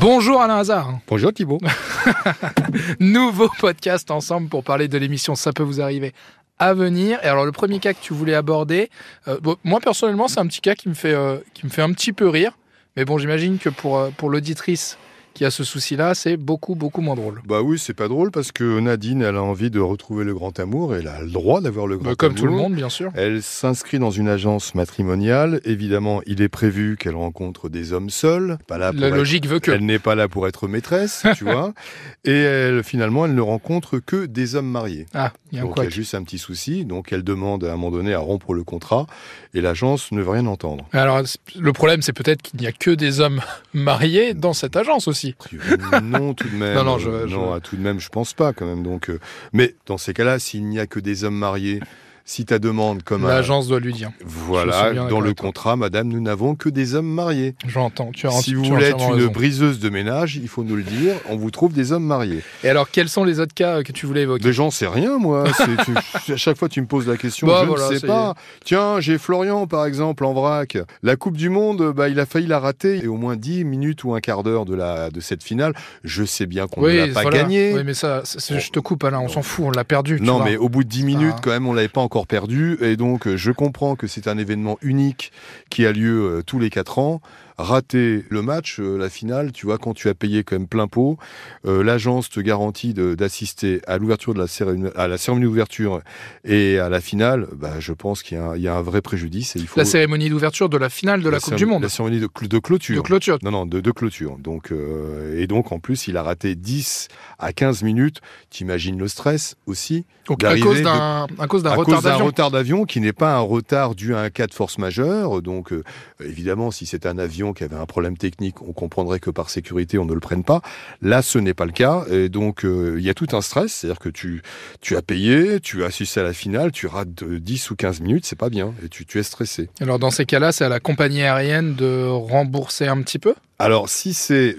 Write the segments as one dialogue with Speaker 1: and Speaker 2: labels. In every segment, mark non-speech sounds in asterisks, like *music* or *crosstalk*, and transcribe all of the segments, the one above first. Speaker 1: Bonjour Alain Hazard.
Speaker 2: Bonjour Thibault.
Speaker 1: *laughs* Nouveau podcast ensemble pour parler de l'émission Ça peut vous arriver à venir. Et alors le premier cas que tu voulais aborder, euh, bon, moi personnellement c'est un petit cas qui me fait euh, qui me fait un petit peu rire, mais bon j'imagine que pour euh, pour l'auditrice qui a ce souci-là, c'est beaucoup beaucoup moins drôle.
Speaker 2: Bah oui, c'est pas drôle parce que Nadine, elle a envie de retrouver le grand amour et elle a le droit d'avoir le grand
Speaker 1: Bah, comme
Speaker 2: amour.
Speaker 1: tout le monde bien sûr.
Speaker 2: Elle s'inscrit dans une agence matrimoniale. Évidemment, il est prévu qu'elle rencontre des hommes seuls. Pas là Ah, pour
Speaker 1: La
Speaker 2: être-
Speaker 1: logique veut que.
Speaker 2: Elle n'est pas là pour être maîtresse,
Speaker 1: *laughs*
Speaker 2: tu vois. Et elle, finalement, elle ne rencontre que des hommes mariés.
Speaker 1: Ah, il y a un
Speaker 2: donc il y a
Speaker 1: couac.
Speaker 2: juste un petit souci. Donc elle demande à un moment donné à rompre le contrat et l'agence ne veut rien entendre.
Speaker 1: Alors c'est- le problème c'est peut-être qu'il n'y a que des hommes *laughs* mariés dans cette agence aussi.
Speaker 2: A priori, euh,
Speaker 1: *laughs*
Speaker 2: Non, tout de même.
Speaker 1: Non, non, je-
Speaker 2: Euh,
Speaker 1: je-
Speaker 2: non, ah, tout de même, je pense pas quand même. Donc, euh, mais dans ces cas-là, s'il n'y a que des hommes mariés, si ta demande comme un,
Speaker 1: L'agence doit lui dire. Je suis
Speaker 2: voilà,
Speaker 1: bien
Speaker 2: dans
Speaker 1: d'accord
Speaker 2: le
Speaker 1: avec toi.
Speaker 2: contrat, Madame, nous n'avons que des hommes mariés.
Speaker 1: J'entends. Tu as
Speaker 2: si
Speaker 1: tu
Speaker 2: vous
Speaker 1: as
Speaker 2: voulez être
Speaker 1: entièrement
Speaker 2: une
Speaker 1: raison.
Speaker 2: briseuse de ménage, il faut nous le dire. On vous trouve des hommes mariés.
Speaker 1: Et alors quels sont les autres cas euh, que tu voulais évoquer
Speaker 2: Des gens, c'est rien, moi. C'est- tu- *laughs* à chaque fois, tu me poses la question,
Speaker 1: Bah,
Speaker 2: je
Speaker 1: voilà,
Speaker 2: ne
Speaker 1: ça
Speaker 2: sais
Speaker 1: y est.
Speaker 2: pas. Tiens, j'ai Florian, par exemple, en vrac. La Coupe du Monde, bah, il a failli la rater. Et au moins 10 minutes ou un quart d'heure de, la, de cette finale, je sais bien qu'on ne l'a pas
Speaker 1: voilà.
Speaker 2: gagnée.
Speaker 1: Oui, mais ça, c'est- c'est-
Speaker 2: On-
Speaker 1: je te coupe, Alain, on
Speaker 2: Non.
Speaker 1: s'en fout, on l'a perdu. tu
Speaker 2: Non,
Speaker 1: vois.
Speaker 2: mais au bout de 10 minutes,
Speaker 1: Ah.
Speaker 2: quand même, on l'avait pas encore perdu. Et donc, euh, je comprends que c'est un événement unique qui a lieu euh, tous les 4 ans. Rater le match, euh, la finale, tu vois, quand tu as payé quand même plein pot, euh, l'agence te garantit de- d'assister à l'ouverture de la cérémonie, à la cérémonie d'ouverture et à la finale. Bah, je pense qu'il y, a un- il y a un vrai préjudice et il faut
Speaker 1: La cérémonie d'ouverture de la finale de la, Coupe
Speaker 2: céré-
Speaker 1: du Monde,
Speaker 2: la cérémonie de, cl- de clôture.
Speaker 1: de clôture.
Speaker 2: Non, non, de, de clôture. Donc, euh, et donc, en plus, il a raté 10 à 15 minutes. T'imagines le stress aussi
Speaker 1: Donc, à
Speaker 2: d'arriver
Speaker 1: cause
Speaker 2: de-
Speaker 1: d'un à cause d'un
Speaker 2: à
Speaker 1: retard
Speaker 2: cause d'un
Speaker 1: d'avion.
Speaker 2: retard d'avion qui n'est pas un retard dû à un cas de force majeure. Donc, euh, évidemment, si c'est un avion qui avait un problème technique, on comprendrait que par sécurité, on ne le prenne pas. Là, ce n'est pas le cas. Et donc, euh, il y a tout un stress. C'est-à-dire que tu, tu as payé, tu as assisté à la finale, tu rates euh, 10 ou 15 minutes, c'est pas bien. Et tu, tu es stressé.
Speaker 1: Alors dans ces cas-là, c'est à la compagnie aérienne de rembourser un petit peu.
Speaker 2: Alors, si c'est.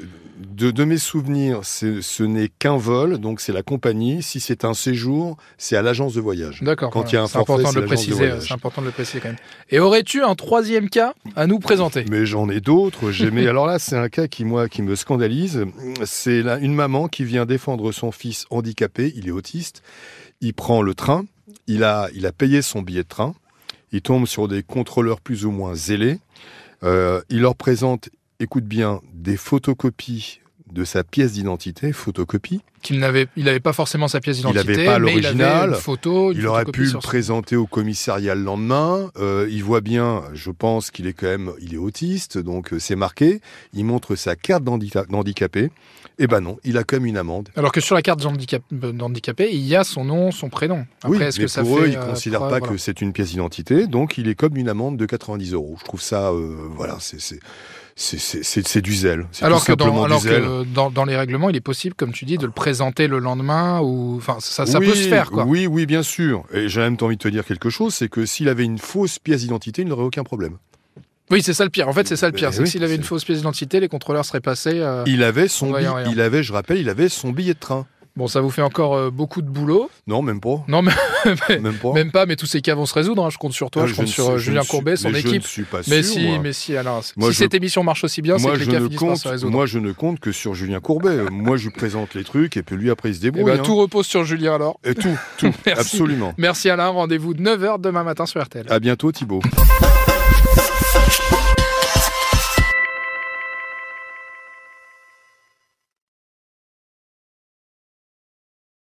Speaker 2: De, de mes souvenirs, c'est- ce n'est qu'un vol, donc c'est la compagnie. Si c'est un séjour, c'est à l'agence de voyage.
Speaker 1: D'accord.
Speaker 2: Quand il y a un
Speaker 1: c'est important
Speaker 2: forfait,
Speaker 1: de le
Speaker 2: c'est l'agence de
Speaker 1: préciser.
Speaker 2: voyage.
Speaker 1: c'est important de le préciser quand même. Et aurais-tu un troisième cas à nous présenter
Speaker 2: Mais j'en ai d'autres. J'ai- mais alors là, c'est un cas qui moi qui me scandalise. C'est là une maman qui vient défendre son fils handicapé. Il est autiste. Il prend le train. Il a il a payé son billet de train. Il tombe sur des contrôleurs plus ou moins zélés. Euh, il leur présente, écoute bien, des photocopies de sa pièce d'identité, photocopie.
Speaker 1: Qu'il n'avait, il n'avait pas forcément sa pièce d'identité,
Speaker 2: avait pas
Speaker 1: mais il avait une
Speaker 2: l'original.
Speaker 1: photo. une
Speaker 2: Il aurait
Speaker 1: photocopie
Speaker 2: pu le
Speaker 1: sur son-
Speaker 2: présenter au commissariat le lendemain. Euh, il voit bien, je pense qu'il est quand même, il est autiste, donc euh, c'est marqué. Il montre sa carte d'handita- d'handicapé. Eh ben non, il a comme une amende.
Speaker 1: Alors que sur la carte d'handicap- d'handicapé, il y a son nom, son prénom. Après,
Speaker 2: oui,
Speaker 1: est-ce
Speaker 2: mais
Speaker 1: que ça
Speaker 2: pour eux,
Speaker 1: fait,
Speaker 2: ils
Speaker 1: euh,
Speaker 2: considèrent
Speaker 1: preuve,
Speaker 2: pas
Speaker 1: voilà.
Speaker 2: que c'est une pièce d'identité, donc il est comme une amende de 90 euros. Je trouve ça, euh, voilà, c'est c'est- c'est- c'est- c'est- c'est du zèle. C'est
Speaker 1: Alors que,
Speaker 2: tout
Speaker 1: dans,
Speaker 2: simplement
Speaker 1: alors
Speaker 2: du zèle.
Speaker 1: que euh, dans, dans les règlements, il est possible, comme tu dis, de le présenter le lendemain ou enfin ça, ça
Speaker 2: Oui,
Speaker 1: peut se faire quoi.
Speaker 2: Oui, oui, bien sûr. Et j'ai même envie de te dire quelque chose, c'est que s'il avait une fausse pièce d'identité, il n'aurait aucun problème.
Speaker 1: Oui, c'est ça le pire. En fait, c'est ça le pire.
Speaker 2: Mais
Speaker 1: C'est que
Speaker 2: Ben oui,
Speaker 1: s'il avait une
Speaker 2: c'est-
Speaker 1: fausse pièce d'identité, les contrôleurs seraient passés. euh,
Speaker 2: Il avait son,
Speaker 1: Ouais,
Speaker 2: bi-
Speaker 1: ouais, ouais.
Speaker 2: il avait, je rappelle, il avait son billet de train.
Speaker 1: Bon, ça vous fait encore euh, beaucoup de boulot.
Speaker 2: Non, même pas.
Speaker 1: Non, mais
Speaker 2: *laughs* Même pas.
Speaker 1: même pas. Mais tous ces cas vont se résoudre. hein. Je compte sur toi.
Speaker 2: Oh. Ah,
Speaker 1: je compte
Speaker 2: ne
Speaker 1: sur
Speaker 2: suis-
Speaker 1: euh,
Speaker 2: je
Speaker 1: Julien
Speaker 2: ne suis-
Speaker 1: Courbet, son
Speaker 2: mais Je ne
Speaker 1: équipe.
Speaker 2: suis pas
Speaker 1: mais
Speaker 2: sûr,
Speaker 1: si,
Speaker 2: moi.
Speaker 1: mais si, Alain. si
Speaker 2: Moi, je-
Speaker 1: cette émission marche aussi bien, c'est
Speaker 2: Moi,
Speaker 1: que les
Speaker 2: je
Speaker 1: cas
Speaker 2: ne
Speaker 1: finissent par se
Speaker 2: compte,
Speaker 1: résoudre.
Speaker 2: moi, je ne compte que sur Julien Courbet. Euh, moi, je lui présente les trucs et puis lui, après, il se
Speaker 1: Eh
Speaker 2: débrouille.
Speaker 1: ben,
Speaker 2: hein.
Speaker 1: tout repose sur Julien alors.
Speaker 2: Et tout, tout,
Speaker 1: *laughs* Merci.
Speaker 2: absolument.
Speaker 1: Merci Alain. Rendez-vous 9h demain matin sur RTL.
Speaker 2: À bientôt, Thibaut.